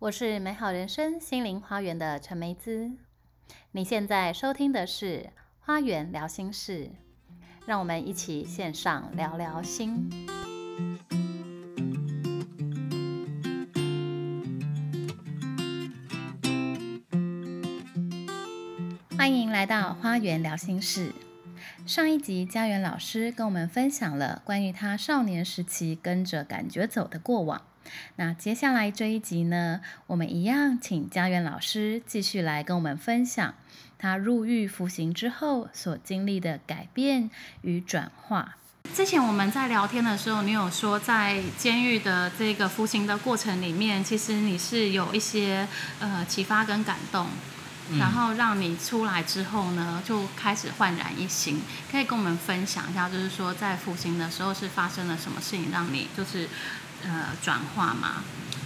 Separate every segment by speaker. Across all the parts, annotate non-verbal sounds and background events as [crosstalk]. Speaker 1: 我是美好人生心灵花园的陈梅姿。你现在收听的是《花园聊心事》，让我们一起线上聊聊心。欢迎来到《花园聊心事》。上一集，家园老师跟我们分享了关于他少年时期跟着感觉走的过往。那接下来这一集呢，我们一样请家园老师继续来跟我们分享他入狱服刑之后所经历的改变与转化。
Speaker 2: 之前我们在聊天的时候，你有说在监狱的这个服刑的过程里面，其实你是有一些呃启发跟感动。然后让你出来之后呢，就开始焕然一新。可以跟我们分享一下，就是说在服刑的时候是发生了什么事情，让你就是呃转化吗？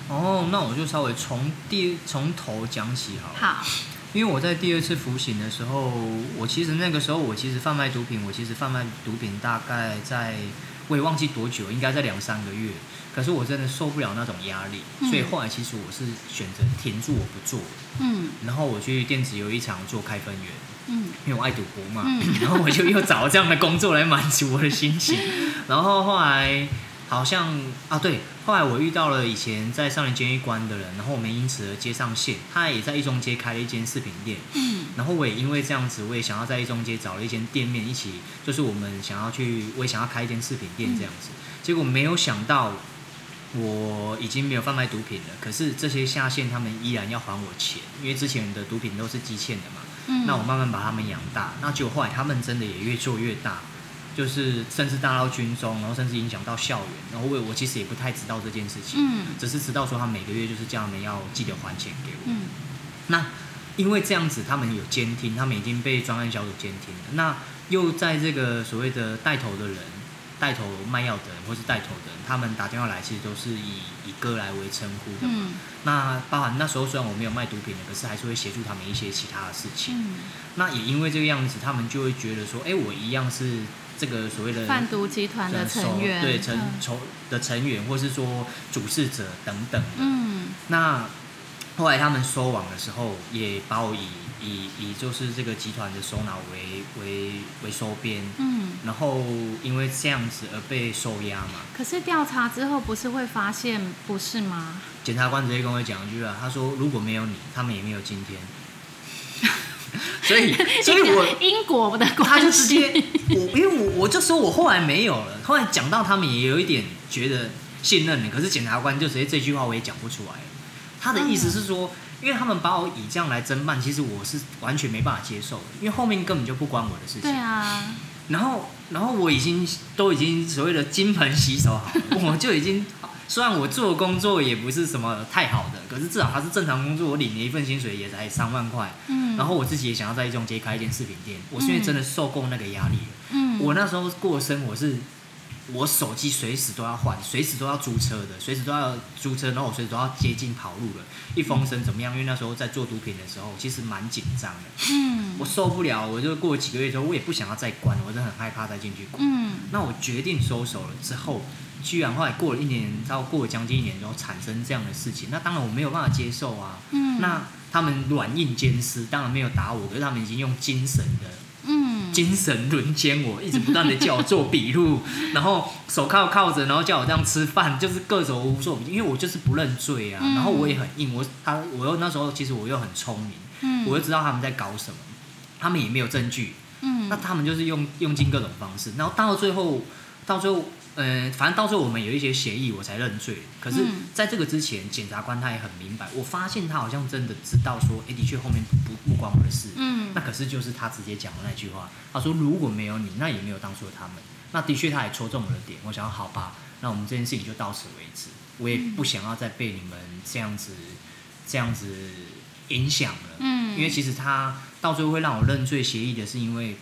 Speaker 3: 哦，那我就稍微从第从头讲起好了。
Speaker 2: 好，
Speaker 3: 因为我在第二次服刑的时候，我其实那个时候我其实贩卖毒品，我其实贩卖毒品大概在我也忘记多久，应该在两三个月。可是我真的受不了那种压力，
Speaker 2: 嗯
Speaker 3: 所以后来其实我是选择停住，我不做。
Speaker 2: 嗯
Speaker 3: 然后我去电子游一场做开分员，
Speaker 2: 嗯
Speaker 3: 因为我爱赌博嘛， [laughs]
Speaker 2: 嗯
Speaker 3: 然后我就又找这样的工作来满足我的心情。然后后来好像啊，对，后来我遇到了以前在少年监狱关的人，然后我们因此而接上线。他也在一中街开了一间饰品店，
Speaker 2: 嗯
Speaker 3: 然后我也因为这样子，我也想要在一中街找了一间店面，一起就是我们想要去，我也想要开一间饰品店这样子。结果没有想到，我已经没有贩卖毒品了，可是这些下线他们依然要还我钱，因为之前的毒品都是积欠的嘛。
Speaker 2: 嗯，
Speaker 3: 那我慢慢把他们养大，那结果后来他们真的也越做越大，就是甚至大到军中，然后甚至影响到校园，然后我我其实也不太知道这件事情，
Speaker 2: 嗯
Speaker 3: 只是知道说他每个月就是叫他们要记得还钱给我。
Speaker 2: 嗯
Speaker 3: 那因为这样子，他们有监听，他们已经被专案小组监听了。那又在这个所谓的带头的人、带头卖药的人或是带头的人，他们打电话来，其实都是以以哥来为称呼的嘛。
Speaker 2: 嗯
Speaker 3: 那包含那时候虽然我没有卖毒品的，可是还是会协助他们一些其他的事情。
Speaker 2: 嗯，
Speaker 3: 那也因为这个样子，他们就会觉得说，哎、我一样是这个所谓的
Speaker 2: 贩毒集团的
Speaker 3: 手
Speaker 2: 成员，
Speaker 3: 对成
Speaker 2: 嗯
Speaker 3: 仇的成员，或是说主事者等等的。
Speaker 2: 嗯
Speaker 3: 那后来他们收网的时候，也把我以以以就是这个集团的首脑为为为收编，
Speaker 2: 嗯。
Speaker 3: 然后因为这样子而被收押嘛。
Speaker 2: 可是调查之后不是会发现不是吗？
Speaker 3: 检察官直接跟我讲一句啊，他说如果没有你，他们也没有今天。 [laughs] 所以，所以我
Speaker 2: 因果的关系，
Speaker 3: [laughs] 他就直接我，因为我我就说我后来没有了，后来讲到他们也有一点觉得信任了，可是检察官就直接这句话我也讲不出来了他的意思是
Speaker 2: 嗯
Speaker 3: 说，因为他们把我以这样来侦办，其实我是完全没办法接受的，因为后面根本就不关我的事
Speaker 2: 对
Speaker 3: 情。
Speaker 2: 啊，
Speaker 3: 然后，然后我已经都已经所谓的金盆洗手好了，我就已经虽然我做的工作也不是什么太好的，可是至少它是正常工作，我领了一份薪水也才三万块，
Speaker 2: 嗯，
Speaker 3: 然后我自己也想要在一中街开一间饰品店，我是因为真的受够那个压力了。
Speaker 2: 嗯，
Speaker 3: 我那时候过的生活是，我手机随时都要换，随时都要租车的，随时都要租车，然后我随时都要接近跑路了。一风声怎么样？因为那时候在做毒品的时候，其实蛮紧张的，
Speaker 2: 嗯
Speaker 3: 我受不了，我就过了几个月之后，我也不想要再关，我真的很害怕再进去关。
Speaker 2: 嗯
Speaker 3: 那我决定收手了之后，居然后来过了一年，到过了将近一年之后，产生这样的事情，那当然我没有办法接受啊。
Speaker 2: 嗯，
Speaker 3: 那他们软硬兼施，当然没有打我，可是他们已经用精神的
Speaker 2: 嗯
Speaker 3: 精神轮奸我，一直不断的叫我做 [laughs] 笔录，然后手铐铐着，然后叫我这样吃饭，就是各种无所不因为我就是不认罪啊，
Speaker 2: 嗯
Speaker 3: 然后我也很硬，我他我又那时候其实我又很聪明，
Speaker 2: 嗯
Speaker 3: 我又知道他们在搞什么，他们也没有证据，
Speaker 2: 嗯
Speaker 3: 那他们就是用用尽各种方式，然后到最后，到最后，呃，反正到最后我们有一些协议，我才认罪。可是
Speaker 2: 嗯
Speaker 3: 在这个之前，检察官他也很明白，我发现他好像真的知道说，哎、的确后面不不不关我的事。
Speaker 2: 嗯
Speaker 3: 那可是就是他直接讲的那句话，他说如果没有你，那也没有当初的他们。那的确他也戳中我的点，我想要好吧，那我们这件事情就到此为止，我也不想要再被你们这样子这样子影响了。
Speaker 2: 嗯
Speaker 3: 因为其实他到最后会让我认罪协议的是因为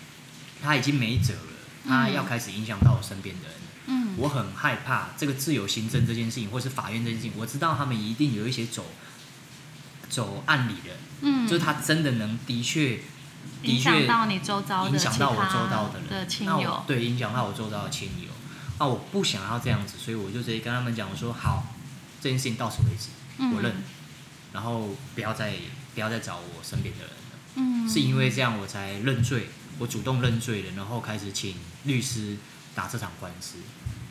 Speaker 3: 他已经没辙了，他要开始影响到我身边的人了。
Speaker 2: 嗯
Speaker 3: 我很害怕这个自由行政这件事情，或是法院这件事情，我知道他们一定有一些走走案理的，
Speaker 2: 嗯，
Speaker 3: 就是他真的能的确
Speaker 2: 影
Speaker 3: 的
Speaker 2: 响
Speaker 3: 确
Speaker 2: 到你周遭的
Speaker 3: 影响到我
Speaker 2: 其他
Speaker 3: 周遭的人，
Speaker 2: 的亲
Speaker 3: 那
Speaker 2: 友
Speaker 3: 我，对影响到我周遭的亲友。那我不想要这样子，所以我就直接跟他们讲我说好，这件事情到此为止，
Speaker 2: 嗯
Speaker 3: 我认。然后不要再不要再找我身边的人了。
Speaker 2: 嗯，
Speaker 3: 是因为这样我才认罪，我主动认罪了，然后开始请律师打这场官司，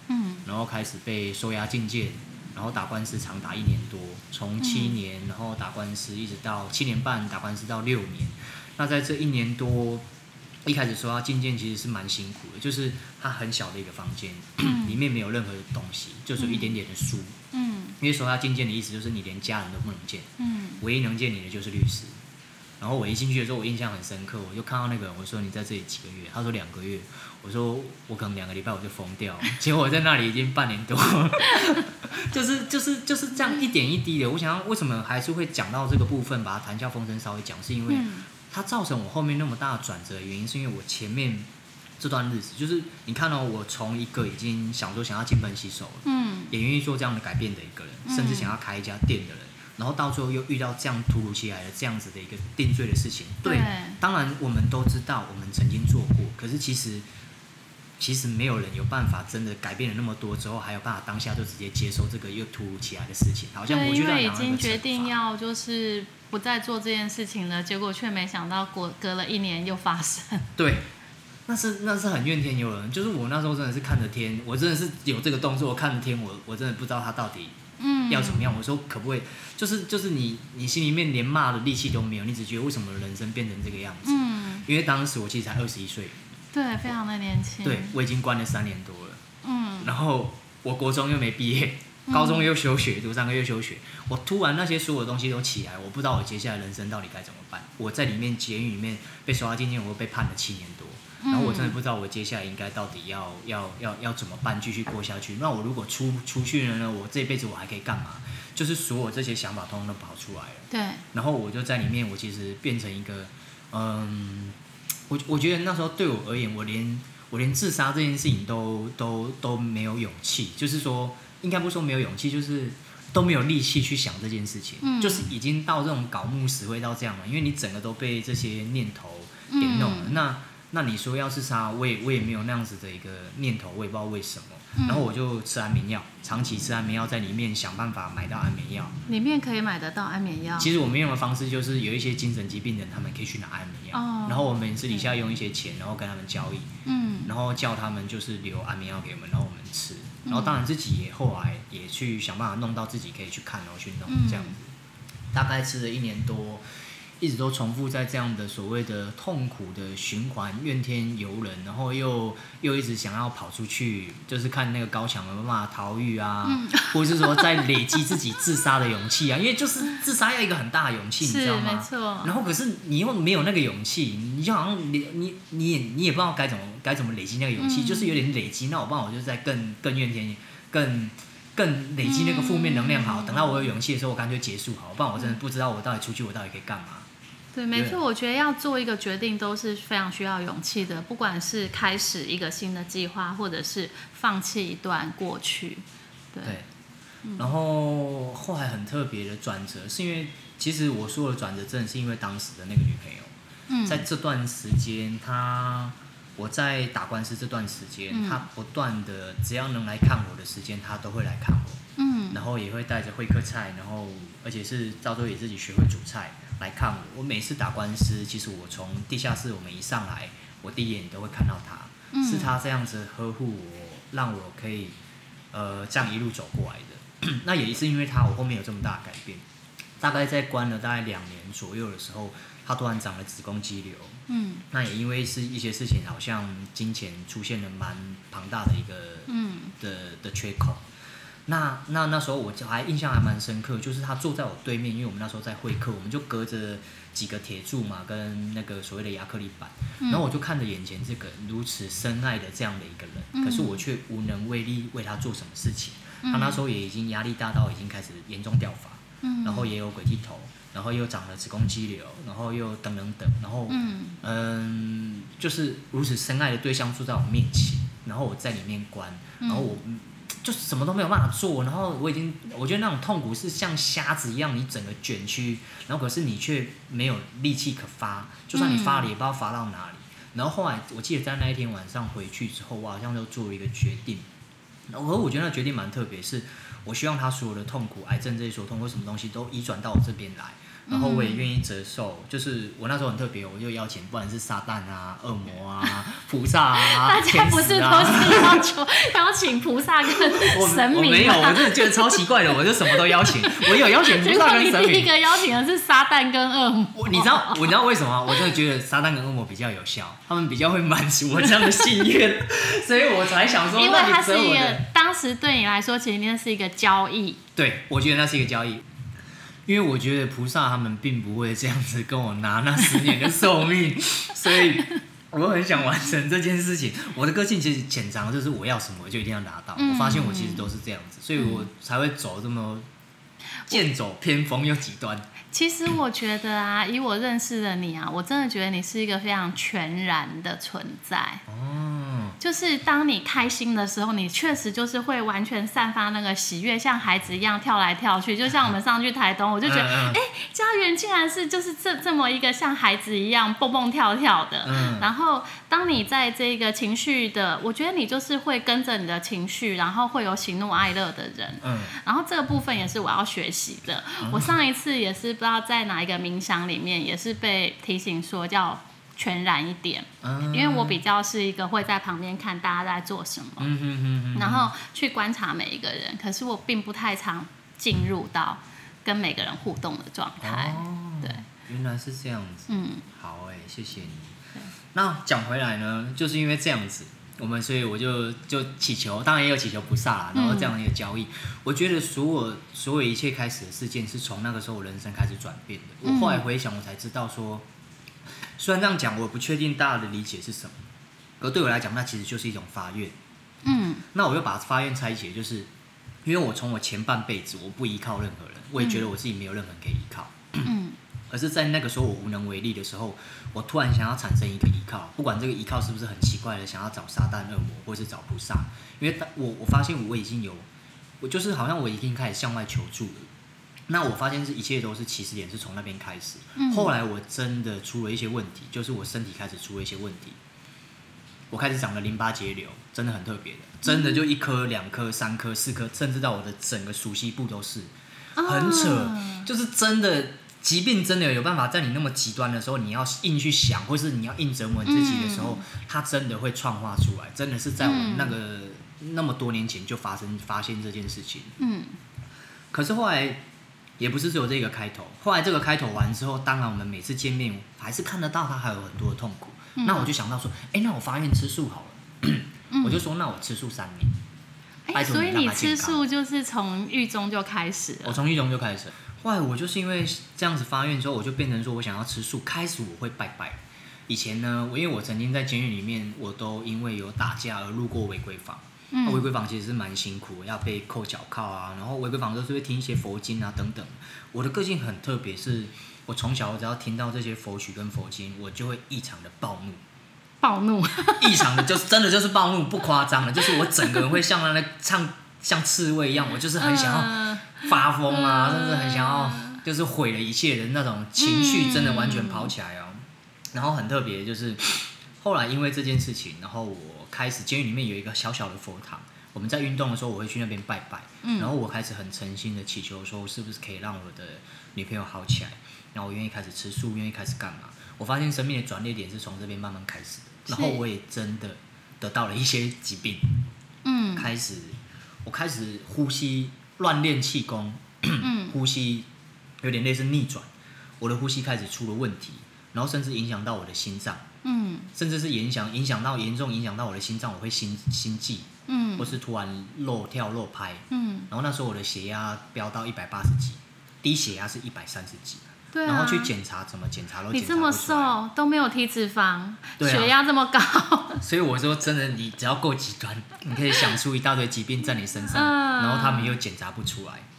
Speaker 2: 嗯
Speaker 3: 然后开始被收押禁见，然后打官司长达一年多，从七年，然后打官司一直到七年半，打官司到六年。那在这一年多，一开始说要禁见其实是蛮辛苦的，就是它很小的一个房间，里面没有任何的东西，就只有一点点的书。
Speaker 2: 嗯
Speaker 3: 因为收押禁见的意思就是你连家人都不能见，
Speaker 2: 嗯
Speaker 3: 唯一能见你的就是律师。然后我一进去的时候，我印象很深刻，我就看到那个人，我说你在这里几个月？他说两个月。我说我可能两个礼拜我就疯掉了， [laughs] 结果我在那里已经半年多了， [laughs] 就是就是就是这样一点一滴的。我想要为什么还是会讲到这个部分，把它谈笑风生稍微讲，是因为
Speaker 2: 嗯
Speaker 3: 它造成我后面那么大的转折，原因是因为我前面这段日子，就是你看到、我从一个已经想说想要金盆洗手了，
Speaker 2: 嗯
Speaker 3: 也愿意做这样的改变的一个人，
Speaker 2: 嗯
Speaker 3: 甚至想要开一家店的人，然后到最后又遇到这样突如其来的这样子的一个定罪的事情。
Speaker 2: 对
Speaker 3: 当然我们都知道，我们曾经做过，可是其实其实没有人有办法真的改变了那么多之后，还有办法当下就直接接受这个又突如其来的事情，好像
Speaker 2: 对，
Speaker 3: 我
Speaker 2: 因
Speaker 3: 就让
Speaker 2: 为
Speaker 3: 你
Speaker 2: 已
Speaker 3: 拿到一
Speaker 2: 经
Speaker 3: 个
Speaker 2: 决
Speaker 3: 惩
Speaker 2: 定
Speaker 3: 罚
Speaker 2: 要就是不再做这件事情了，结果却没想到过隔了一年又发
Speaker 3: [laughs]
Speaker 2: 生。
Speaker 3: 对，那是那是很怨天尤人。就是我那时候真的是看着天，我真的是有这个动作，我看着天，我我真的不知道他到底
Speaker 2: 嗯，
Speaker 3: 要怎么样。我说可不可以，就是就是你你心里面连骂的力气都没有，你只觉得为什么人生变成这个样子？
Speaker 2: 嗯，
Speaker 3: 因为当时我其实才二十一岁，
Speaker 2: 对，非常的年轻。
Speaker 3: 对，我已经关了三年多了，
Speaker 2: 嗯
Speaker 3: 然后我国中又没毕业。高中又休学，读三个月休学，我突然那些所有东西都起来，我不知道我接下来人生到底该怎么办。我在里面监狱里面被收押进监，我又被判了七年多。
Speaker 2: 嗯，
Speaker 3: 然后我真的不知道我接下来应该到底要要要要怎么办，继续过下去。那我如果出出去了呢？我这辈子我还可以干嘛？就是所有这些想法通通都跑出来了。
Speaker 2: 对，
Speaker 3: 然后我就在里面，我其实变成一个，嗯，我我觉得那时候对我而言，我连我连自杀这件事情都都都没有勇气，就是说，应该不是说没有勇气，就是都没有力气去想这件事情，
Speaker 2: 嗯
Speaker 3: 就是已经到这种槁木死灰到这样了，因为你整个都被这些念头给弄了。
Speaker 2: 嗯
Speaker 3: 那那你说要自杀，我也我也没有那样子的一个念头，我也不知道为什么。
Speaker 2: 嗯
Speaker 3: 然后我就吃安眠药，长期吃安眠药，在里面想办法买到安眠药。
Speaker 2: 嗯里面可以买得到安眠药。
Speaker 3: 其实我们用的方式就是有一些精神疾病的人，他们可以去拿安眠药，
Speaker 2: 哦
Speaker 3: 然后我们私底下用一些钱，然后跟他们交易，
Speaker 2: 嗯
Speaker 3: 然后叫他们就是留安眠药给我们，然后我们吃，然后当然自己也后来也去想办法弄到自己可以去看，然后去弄
Speaker 2: 嗯
Speaker 3: 这样子，大概吃了一年多，一直都重复在这样的所谓的痛苦的循环，怨天尤人，然后又又一直想要跑出去，就是看那个高墙有没有办法逃狱啊，
Speaker 2: 嗯
Speaker 3: 或者是说在累积自己自杀的勇气啊，因为就是自杀要一个很大的勇气，你知
Speaker 2: 是
Speaker 3: 道
Speaker 2: 没
Speaker 3: 吗？
Speaker 2: 错。
Speaker 3: 然后可是你又没有那个勇气，你就好像你你你也你也不知道该怎么该怎么累积那个勇气，
Speaker 2: 嗯
Speaker 3: 就是有点累积。那我帮我就是在更更怨天更更累积那个负面能量好，等到我有勇气的时候，我干脆结束好，不然我真的不知道我到底出去我到底可以干嘛。
Speaker 2: 对，没
Speaker 3: 对
Speaker 2: 错，我觉得要做一个决定都是非常需要勇气的，不管是开始一个新的计划，或者是放弃一段过去。对，
Speaker 3: 对，然后后来很特别的转折，是因为其实我说的转折，真的是因为当时的那个女朋友。
Speaker 2: 嗯，
Speaker 3: 在这段时间，他我在打官司这段时间，
Speaker 2: 嗯
Speaker 3: 他不断的只要能来看我的时间，他都会来看我，
Speaker 2: 嗯
Speaker 3: 然后也会带着会客菜，然后而且是到最后也自己学会煮菜来看我。我每次打官司，其实我从地下室我们一上来，我第一眼都会看到他，
Speaker 2: 嗯
Speaker 3: 是他这样子呵护我，让我可以呃这样一路走过来的。 [clears throat] 那也是因为他，我后面有这么大的改变。大概在关了大概两年左右的时候，他突然长了子宫肌瘤，
Speaker 2: 嗯
Speaker 3: 那也因为是一些事情，好像金钱出现了蛮庞大的一个
Speaker 2: 嗯
Speaker 3: 的的缺口。那那那时候我就还印象还蛮深刻，就是他坐在我对面，因为我们那时候在会客，我们就隔着几个铁柱嘛，跟那个所谓的亚克力板，
Speaker 2: 嗯
Speaker 3: 然后我就看着眼前这个如此深爱的这样的一个人，
Speaker 2: 嗯
Speaker 3: 可是我却无能为力为他做什么事情。他那时候也已经压力大到已经开始严重掉发，
Speaker 2: 嗯
Speaker 3: 然后也有鬼剃头，然后又长了子宫肌瘤，然后又等等等，然后
Speaker 2: 嗯
Speaker 3: 嗯，就是如此深爱的对象坐在我面前，然后我在里面关，然后我嗯就是什么都没有办法做，然后我已经我觉得那种痛苦是像瞎子一样，你整个卷曲，然后可是你却没有力气可发，就算你发
Speaker 2: 嗯
Speaker 3: 了也不知道发到哪里。然后后来我记得在那一天晚上回去之后，我好像就做了一个决定，然后我觉得那个决定蛮特别，是我希望他所有的痛苦、癌症这些所痛或什么东西都移转到我这边来，然后我
Speaker 2: 嗯
Speaker 3: 也愿意折寿。就是我那时候很特别，我就邀请，不管是撒旦啊、恶
Speaker 2: [laughs]
Speaker 3: 魔啊、菩萨啊、
Speaker 2: 大家不是
Speaker 3: 天使
Speaker 2: 都
Speaker 3: 啊
Speaker 2: 是要求邀请菩萨跟
Speaker 3: 我
Speaker 2: 神
Speaker 3: 我没
Speaker 2: 明啊
Speaker 3: 有，我
Speaker 2: 吗？
Speaker 3: 真的觉得超奇怪的，我就什么都
Speaker 2: [laughs]
Speaker 3: 邀请，我有邀请菩
Speaker 2: 结
Speaker 3: 萨
Speaker 2: 果
Speaker 3: 跟
Speaker 2: 你
Speaker 3: 神
Speaker 2: 第一
Speaker 3: 明。
Speaker 2: 个邀请的是撒旦跟恶魔，
Speaker 3: 我你知道我你知道为什么吗？我真的觉得撒旦跟恶魔比较有效，他们比较会满足我这样的心愿，所以我才想说，
Speaker 2: 因为
Speaker 3: 那
Speaker 2: 它
Speaker 3: 你
Speaker 2: 是
Speaker 3: 折
Speaker 2: 一
Speaker 3: 我
Speaker 2: 个
Speaker 3: 的。
Speaker 2: 当时对你来说，其实那是一个交易，
Speaker 3: 对，我觉得那是一个交易，因为我觉得菩萨他们并不会这样子跟我拿那十年的寿命，所以我很想完成这件事情。我的个性其实潜藏的就是我要什么我就一定要拿到。
Speaker 2: 嗯
Speaker 3: 我发现我其实都是这样子，所以我才会走这么剑走偏锋又极端。
Speaker 2: 其实我觉得啊，以我认识的你啊，我真的觉得你是一个非常全然的存在。
Speaker 3: 哦，
Speaker 2: 就是当你开心的时候，你确实就是会完全散发那个喜悦，像孩子一样跳来跳去。就像我们上去台东，我就觉得，哎、
Speaker 3: 嗯嗯
Speaker 2: 家园竟然是就是这这么一个像孩子一样蹦蹦跳跳的。
Speaker 3: 嗯
Speaker 2: 然后，当你在这个情绪的，我觉得你就是会跟着你的情绪，然后会有喜怒哀乐的人。
Speaker 3: 嗯
Speaker 2: 然后这个部分也是我要学习的。我上一次也是不知道在哪一个冥想里面，也是被提醒说要全然一点，
Speaker 3: 嗯，
Speaker 2: 因为我比较是一个会在旁边看大家在做什么，
Speaker 3: 嗯哼哼哼，
Speaker 2: 然后去观察每一个人，可是我并不太常进入到跟每个人互动的状态。
Speaker 3: 哦
Speaker 2: 对，
Speaker 3: 原来是这样子。
Speaker 2: 嗯，
Speaker 3: 好哎、谢谢你。那讲回来呢，就是因为这样子，我们所以我就就祈求，当然也有祈求菩萨啦，然后这样的一个交易，我觉得所有所有一切开始的事件是从那个时候我人生开始转变的。我后来回想，我才知道说，虽然这样讲，我不确定大家的理解是什么，可对我来讲，那其实就是一种发愿。
Speaker 2: 嗯，
Speaker 3: 那我又把发愿拆解，就是因为我从我前半辈子我不依靠任何人，我也觉得我自己没有任何人可以依靠。
Speaker 2: 嗯，
Speaker 3: 而是在那个时候我无能为力的时候，我突然想要产生一个依靠，不管这个依靠是不是很奇怪的，想要找撒旦、恶魔或是找菩萨，因为当我我发现我已经有，我就是好像我已经开始向外求助了。那我发现是一切都是起始点是从那边开始，后来我真的出了一些问题，就是我身体开始出了一些问题，我开始长了淋巴结瘤，真的很特别的，真的就一颗、两颗、三颗、四颗，甚至到我的整个熟悉部都是，很扯
Speaker 2: 啊，
Speaker 3: 就是真的。疾病真的有办法在你那么极端的时候，你要硬去想，或是你要硬折磨你自己的时候，它真的会创化出来。真的是在我
Speaker 2: 嗯
Speaker 3: 那个、那么多年前就发生发现这件事情。
Speaker 2: 嗯
Speaker 3: 可是后来也不是只有这个开头，后来这个开头完之后，当然我们每次见面还是看得到他还有很多的痛苦。
Speaker 2: 嗯
Speaker 3: 那我就想到说，哎、那我发愿吃素好了，我就说那我吃素三年。
Speaker 2: 哎、
Speaker 3: 拜托
Speaker 2: 所以
Speaker 3: 你让
Speaker 2: 你
Speaker 3: 他健
Speaker 2: 吃
Speaker 3: 康哦
Speaker 2: 素就是从狱中就开始
Speaker 3: 我
Speaker 2: 了。
Speaker 3: 从一中就开始，啊后来我就是因为这样子发愿之后，我就变成说我想要吃素，开始我会拜拜。以前呢，我因为我曾经在监狱里面，我都因为有打架而入过违规房。那违
Speaker 2: 嗯
Speaker 3: 规房其实是蛮辛苦，要被扣脚铐啊，然后违规房都是会听一些佛经啊等等。我的个性很特别，是我从小我只要听到这些佛曲跟佛经，我就会异常的暴 [laughs] 怒。
Speaker 2: 暴怒，
Speaker 3: 异常的，就是真的就是暴怒，不夸张的，就是我整个人会像那个像像刺猬一样，我就是很想
Speaker 2: 嗯
Speaker 3: 要发疯啊，甚至很想要就是毁了一切的那种情绪，真的完全跑起来哦。然后很特别，就是后来因为这件事情，然后我开始监狱里面有一个小小的佛堂。我们在运动的时候，我会去那边拜拜，然后我开始很诚心的祈求说，是不是可以让我的女朋友好起来？然后我愿意开始吃素，愿意开始干嘛？我发现生命的转捩点是从这边慢慢开始的，然后
Speaker 2: 是
Speaker 3: 我也真的得到了一些疾病，
Speaker 2: [laughs] 嗯
Speaker 3: 开始我开始呼吸乱练气功，
Speaker 2: 嗯
Speaker 3: 呼吸有点类似逆转，我的呼吸开始出了问题，然后甚至影响到我的心脏，
Speaker 2: 嗯
Speaker 3: 甚至是影响影响到严重影响到我的心脏，我会心心悸，
Speaker 2: 嗯
Speaker 3: 或是突然漏跳漏拍，
Speaker 2: 嗯，
Speaker 3: 然后那时候我的血压飙到一百八十几，低血压是一百三十几，
Speaker 2: 对啊。
Speaker 3: 然后去检查怎么检查都
Speaker 2: 你
Speaker 3: 检查
Speaker 2: 这么
Speaker 3: 不出来，
Speaker 2: 瘦都没有体脂肪，
Speaker 3: 对啊
Speaker 2: 血压这么高， [laughs]
Speaker 3: 所以我说真的，你只要够极端，你可以想出一大堆疾病在你身上，
Speaker 2: 嗯
Speaker 3: 然后他们又检查不出来。
Speaker 2: 嗯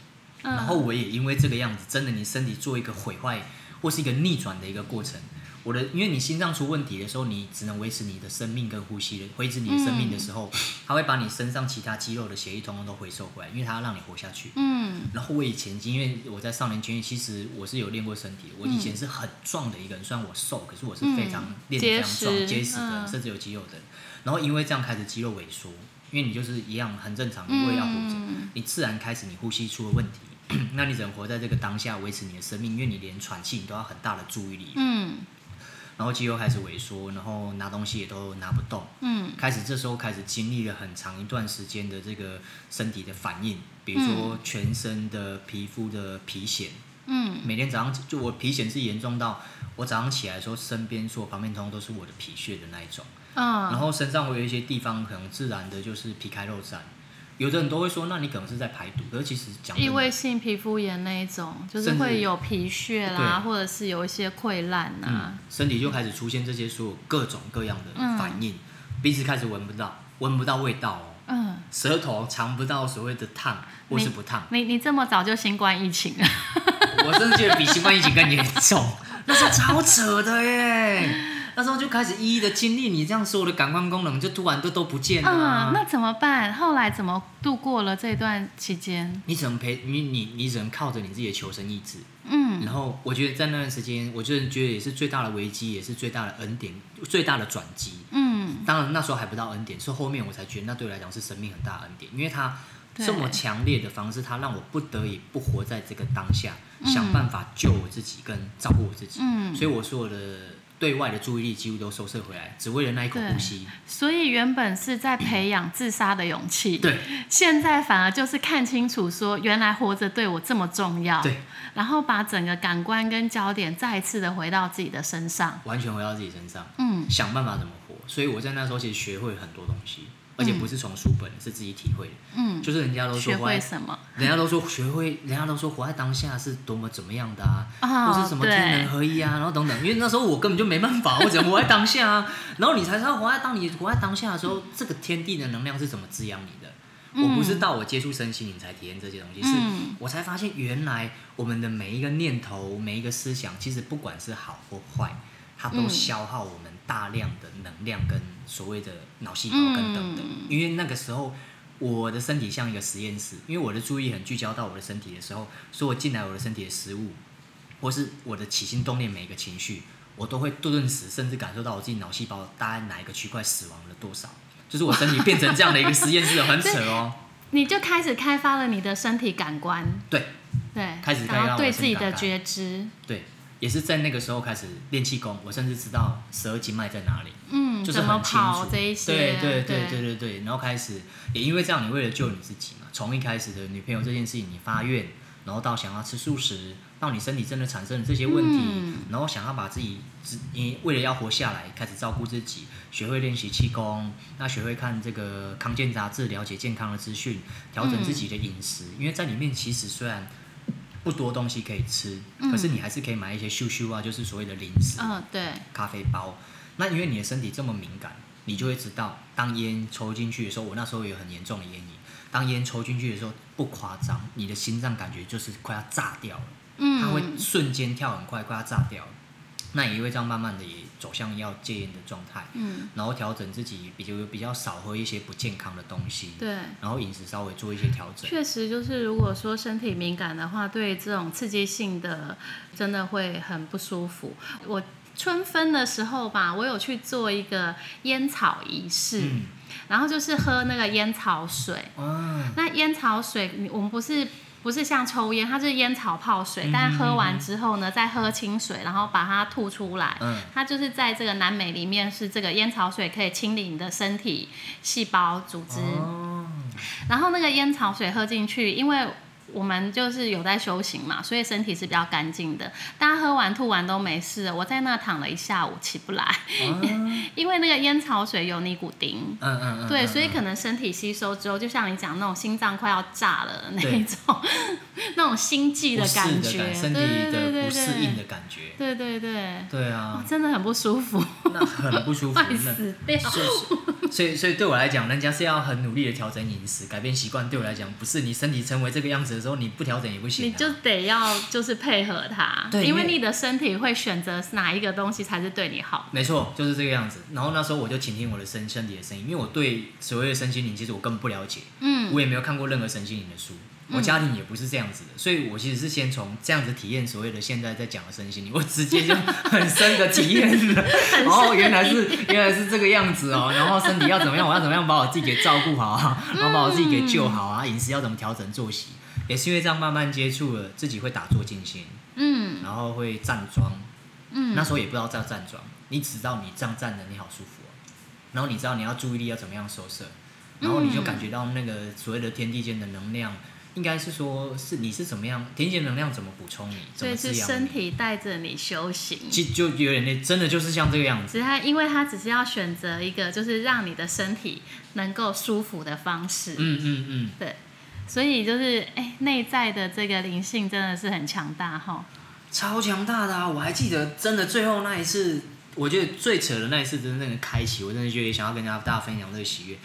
Speaker 3: 然后我也因为这个样子，真的你身体做一个毁坏或是一个逆转的一个过程。我的，因为你心脏出问题的时候，你只能维持你的生命跟呼吸的，维持你的生命的时候，
Speaker 2: 嗯
Speaker 3: 它会把你身上其他肌肉的血液通通都回收回来，因为它要让你活下去。
Speaker 2: 嗯
Speaker 3: 然后我以前因为我在少年军，其实我是有练过身体的，我以前是很壮的一个人，虽然我瘦，可是我是非常
Speaker 2: 嗯
Speaker 3: 练得非常壮、
Speaker 2: 结实
Speaker 3: 结实的人，
Speaker 2: 嗯
Speaker 3: 甚至有肌肉的人。然后因为这样开始肌肉萎缩，因为你就是一样很正常，你为了要活着，
Speaker 2: 嗯，
Speaker 3: 你自然开始你呼吸出了问题， [clears throat] 那你只能活在这个当下，维持你的生命，因为你连喘气你都要很大的注意力，
Speaker 2: 嗯
Speaker 3: 然后肌肉开始萎缩，然后拿东西也都拿不动，
Speaker 2: 嗯
Speaker 3: 开始这时候开始经历了很长一段时间的这个身体的反应，比如说全身的皮肤的皮癣，
Speaker 2: 嗯
Speaker 3: 每天早上就我皮癣是严重到我早上起来的时候，身边所有旁边通通都是我的皮屑的那一种。然
Speaker 2: 嗯，
Speaker 3: 后身上会有一些地方可能自然的就是皮开肉绽，有的人都会说，那你可能是在排毒，可是其实讲真
Speaker 2: 异
Speaker 3: 的
Speaker 2: 位性皮肤炎那一种，就是
Speaker 3: 甚至
Speaker 2: 会有皮屑啦，
Speaker 3: 对
Speaker 2: 或者是有一些溃烂啊
Speaker 3: 嗯
Speaker 2: 呐，，
Speaker 3: 身体就开始出现这些所有各种各样的反应，鼻子开始闻不到，闻不到味道哦，
Speaker 2: 嗯，
Speaker 3: 舌头尝不到所谓的烫或是不烫，
Speaker 2: 你你这么早就新冠疫情了，
Speaker 3: 我真的觉得比新冠疫情更严重， [laughs] 那时候超扯的耶。那时候就开始一一的经历，你这样所有的感官功能就突然都都不见了、啊
Speaker 2: 嗯，那怎么办？后来怎么度过了这段期间？
Speaker 3: 你只能陪你你你只能靠着你自己的求生意志，
Speaker 2: 嗯
Speaker 3: 然后我觉得在那段时间，我就是觉得也是最大的危机，也是最大的恩典，最大的转机。
Speaker 2: 嗯
Speaker 3: 当然那时候还不到恩典，是后面我才觉得那对我来讲是生命很大的恩典，因为它
Speaker 2: 对
Speaker 3: 这么强烈的方式，它让我不得已不活在这个当下，想办法救我自己跟照顾我自己。
Speaker 2: 嗯，
Speaker 3: 所以我所有的对外的注意力几乎都收摄回来，只为了那一口呼吸。
Speaker 2: 所以原本是在培养自杀的勇气，
Speaker 3: 对
Speaker 2: 现在反而就是看清楚，说原来活着对我这么重要，
Speaker 3: 对，
Speaker 2: 然后把整个感官跟焦点再一次的回到自己的身上，
Speaker 3: 完全回到自己身上，
Speaker 2: 嗯
Speaker 3: 想办法怎么活。所以我在那时候其实学会很多东西，而且不是从书本，是自己体会的。
Speaker 2: 嗯，
Speaker 3: 就是人家都说
Speaker 2: 学
Speaker 3: 活在
Speaker 2: 会什么
Speaker 3: 人家都说学会，人家都说活在当下是多么怎么样的啊，
Speaker 2: 啊
Speaker 3: 或是什么天人
Speaker 2: 对，
Speaker 3: 合一啊，然后等等。因为那时候我根本就没办法，我只能活在当下啊。然后你才知道活在当你活在当下的时候，这个天地的能量是怎么滋养你的。我不是到我接触身心灵才体验这些东西，是
Speaker 2: 嗯
Speaker 3: 我才发现原来我们的每一个念头、每一个思想，其实不管是好或坏，它都
Speaker 2: 嗯
Speaker 3: 消耗我们大量的能量跟所谓的脑细胞跟等等。
Speaker 2: 嗯
Speaker 3: 因为那个时候我的身体像一个实验室，因为我的注意很聚焦到我的身体的时候，所以我进来我的身体的食物，或是我的起心动念每一个情绪，我都会顿时甚至感受到我自己脑细胞大概哪一个区块死亡了多少，就是我身体变成这样的一个实验室，很扯哦。
Speaker 2: 你就开始开发了你的身体感官，
Speaker 3: 对
Speaker 2: 对，
Speaker 3: 开始开发
Speaker 2: 然后
Speaker 3: 我
Speaker 2: 对
Speaker 3: 的
Speaker 2: 自己
Speaker 3: 身体
Speaker 2: 的
Speaker 3: 感
Speaker 2: 觉知，
Speaker 3: 对，也是在那个时候开始练气功，我甚至知道十二经脉在哪里。
Speaker 2: 嗯，
Speaker 3: 就是
Speaker 2: 怎么
Speaker 3: 很清
Speaker 2: 跑
Speaker 3: 楚
Speaker 2: 这一些，
Speaker 3: 对对
Speaker 2: 对
Speaker 3: 对对对对。然后开始也因为这样，你为了救你自己嘛，从一开始的女朋友这件事情，你发愿，然后到想要吃素食，到你身体真的产生了这些问题，
Speaker 2: 嗯
Speaker 3: 然后想要把自己自，你为了要活下来，开始照顾自己，学会练习气功，那学会看这个康健杂志，了解健康的资讯，调整自
Speaker 2: 嗯
Speaker 3: 己的饮食，因为在里面其实虽然。不多东西可以吃，可是你还是可以买一些咻咻啊，就是所谓的零食。
Speaker 2: 嗯对，
Speaker 3: 咖啡包。那因为你的身体这么敏感，你就会知道，当烟抽进去的时候，我那时候有很严重的烟瘾。当烟抽进去的时候，不夸张，你的心脏感觉就是快要炸掉了，它会
Speaker 2: 嗯
Speaker 3: 瞬间跳很快，快要炸掉了。那也会这样慢慢的也走向要戒烟的状态，
Speaker 2: 嗯
Speaker 3: 然后调整自己，比较比较少喝一些不健康的东西，
Speaker 2: 对。
Speaker 3: 然后饮食稍微做一些调
Speaker 2: [laughs]
Speaker 3: 整。
Speaker 2: 确实，就是如果说身体敏感的话，对这种刺激性的真的会很不舒服。我春分的时候吧，我有去做一个烟草仪式，
Speaker 3: 嗯，
Speaker 2: 然后就是喝那个烟草水。
Speaker 3: 啊，
Speaker 2: 那烟草水，你我们不是。不是像抽烟，它是烟草泡水
Speaker 3: 嗯，
Speaker 2: 但喝完之后呢，再喝清水，然后把它吐出来。
Speaker 3: 嗯
Speaker 2: 它就是在这个南美里面，是这个烟草水可以清理你的身体细胞组织。
Speaker 3: 哦，
Speaker 2: 然后那个烟草水喝进去，因为我们就是有在修行嘛，所以身体是比较干净的。大家喝完吐完都没事了，我在那躺了一下午起不来，
Speaker 3: 啊嗯
Speaker 2: [laughs] 因为那个烟草水有尼古丁。
Speaker 3: 嗯嗯，
Speaker 2: 对，
Speaker 3: 嗯
Speaker 2: 所以可能身体吸收之后，就像你讲那种心脏快要炸了的那一种， [laughs] 那种心悸
Speaker 3: 不
Speaker 2: 的
Speaker 3: 适
Speaker 2: 感
Speaker 3: 的
Speaker 2: 觉，
Speaker 3: 感，身体
Speaker 2: 对对
Speaker 3: 的
Speaker 2: 对
Speaker 3: 不适应
Speaker 2: 对
Speaker 3: 的感觉。
Speaker 2: 对，对对对，
Speaker 3: 对
Speaker 2: 哦
Speaker 3: 啊，，
Speaker 2: 真的很不舒服，
Speaker 3: 那很
Speaker 2: [laughs]
Speaker 3: 不舒服。
Speaker 2: 快
Speaker 3: 那
Speaker 2: 死掉。
Speaker 3: 所以所以所以对我来讲，人家是要很努力的调整饮食、改变习惯。对我来讲，不是你身体成为这个样子的时候，你不调整也不行、啊。
Speaker 2: 你就得要就是配合它，
Speaker 3: 对
Speaker 2: 因为
Speaker 3: 因为
Speaker 2: 你的身体会选择哪一个东西才是对你好。
Speaker 3: 没错，就是这个样子。然后那时候我就倾听我的身身体的声音，因为我对所谓的身心灵，其实我根本不了解，
Speaker 2: 嗯
Speaker 3: 我也没有看过任何身心灵的书。我家庭也不是这样子的，所以我其实是先从这样子体验所谓的现在在讲的身心灵，我直接就很深的体验了。 [laughs] 哦，原来是原来是这个样子哦，然后身体要怎么样，我要怎么样把我自己给照顾好啊，然后把我自己给救好啊，
Speaker 2: 嗯
Speaker 3: 饮食要怎么调整作息，也是因为这样慢慢接触了，自己会打坐静心，
Speaker 2: 嗯
Speaker 3: 然后会站桩，
Speaker 2: 嗯
Speaker 3: 那时候也不知道叫站桩，你只知道你这样站着你好舒服哦，然后你知道你要注意力要怎么样收摄，然后你就感觉到那个所谓的天地间的能量，应该是说是你是怎么样，天地间能量怎么补充你，怎
Speaker 2: 所
Speaker 3: 么欸
Speaker 2: 以
Speaker 3: 滋
Speaker 2: 是
Speaker 3: 养
Speaker 2: 身
Speaker 3: 你，
Speaker 2: 体带着你修行。
Speaker 3: 其实就有点类，真的就是像这个样
Speaker 2: 只
Speaker 3: 子
Speaker 2: 是。他，因为他只是要选择一个，就是让你的身体能够舒服的方式。
Speaker 3: 嗯嗯嗯，
Speaker 2: 对，所以就是哎、内在的这个灵性真的是很强大哈。
Speaker 3: 超强大的啊！我还记得，真的最后那一次，我觉得最扯的那一次，真的那个开启，我真的觉得想要跟大家分享这个喜悦，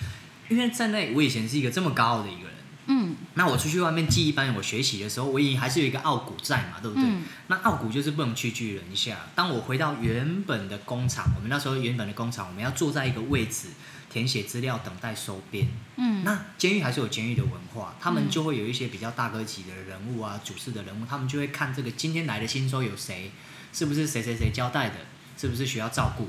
Speaker 3: 因为在那里我以前是一个这么高傲的一个人。
Speaker 2: 嗯
Speaker 3: 那我出去外面记一般我学习的时候，我也还是有一个傲骨在嘛，对不对？
Speaker 2: 嗯
Speaker 3: 那傲骨就是不能屈居人下。当我回到原本的工厂，我们那时候原本的工厂，我们要坐在一个位置填写资料，等待收编。
Speaker 2: 嗯
Speaker 3: 那监狱还是有监狱的文化，他们就会有一些比较大哥级的人物啊，主事的人物，他们就会看这个今天来的新收有谁，是不是谁谁谁交代的，是不是需要照顾。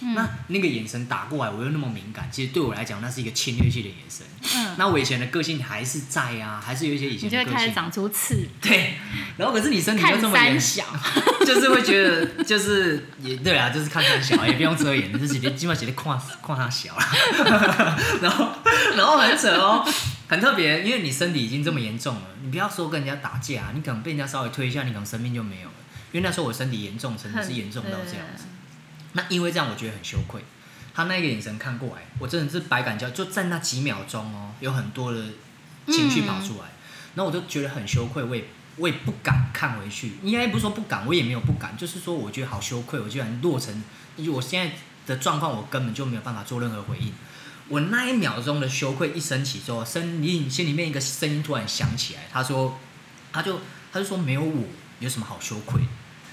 Speaker 2: 嗯
Speaker 3: 那那个眼神打过来，我又那么敏感，其实对我来讲，那是一个侵略性的眼神。
Speaker 2: 嗯，
Speaker 3: 那我以前的个性还是在啊，还是有一些以
Speaker 2: 你
Speaker 3: 前
Speaker 2: 就
Speaker 3: 的
Speaker 2: 会
Speaker 3: 个
Speaker 2: 开
Speaker 3: 性
Speaker 2: 始。长出刺。
Speaker 3: 对，然后可是你身体又这么
Speaker 2: 看
Speaker 3: 严
Speaker 2: 三小，
Speaker 3: 就是会觉得就是也对啊，就是看看小，也不用遮掩，就是直接基本上直接看看他小啦。 [laughs] 然后然后很扯哦，很特别，因为你身体已经这么严重了，你不要说跟人家打架、你可能被人家稍微推一下，你可能生命就没有了。因为那时候我身体严重，程度是严重到这样子。那因为这样，我觉得很羞愧。他那个眼神看过来，我真的是百感交，就在那几秒钟哦，有很多的情绪跑出来，然后我就觉得很羞愧，我也我也不敢看回去。应该不是说不敢，我也没有不敢，就是说我觉得好羞愧，我居然落成，就我现在的状况，我根本就没有办法做任何回应。我那一秒钟的羞愧一升起之后，身里心里面一个声音突然响起来，他说，他就他就说没有我有什么好羞愧的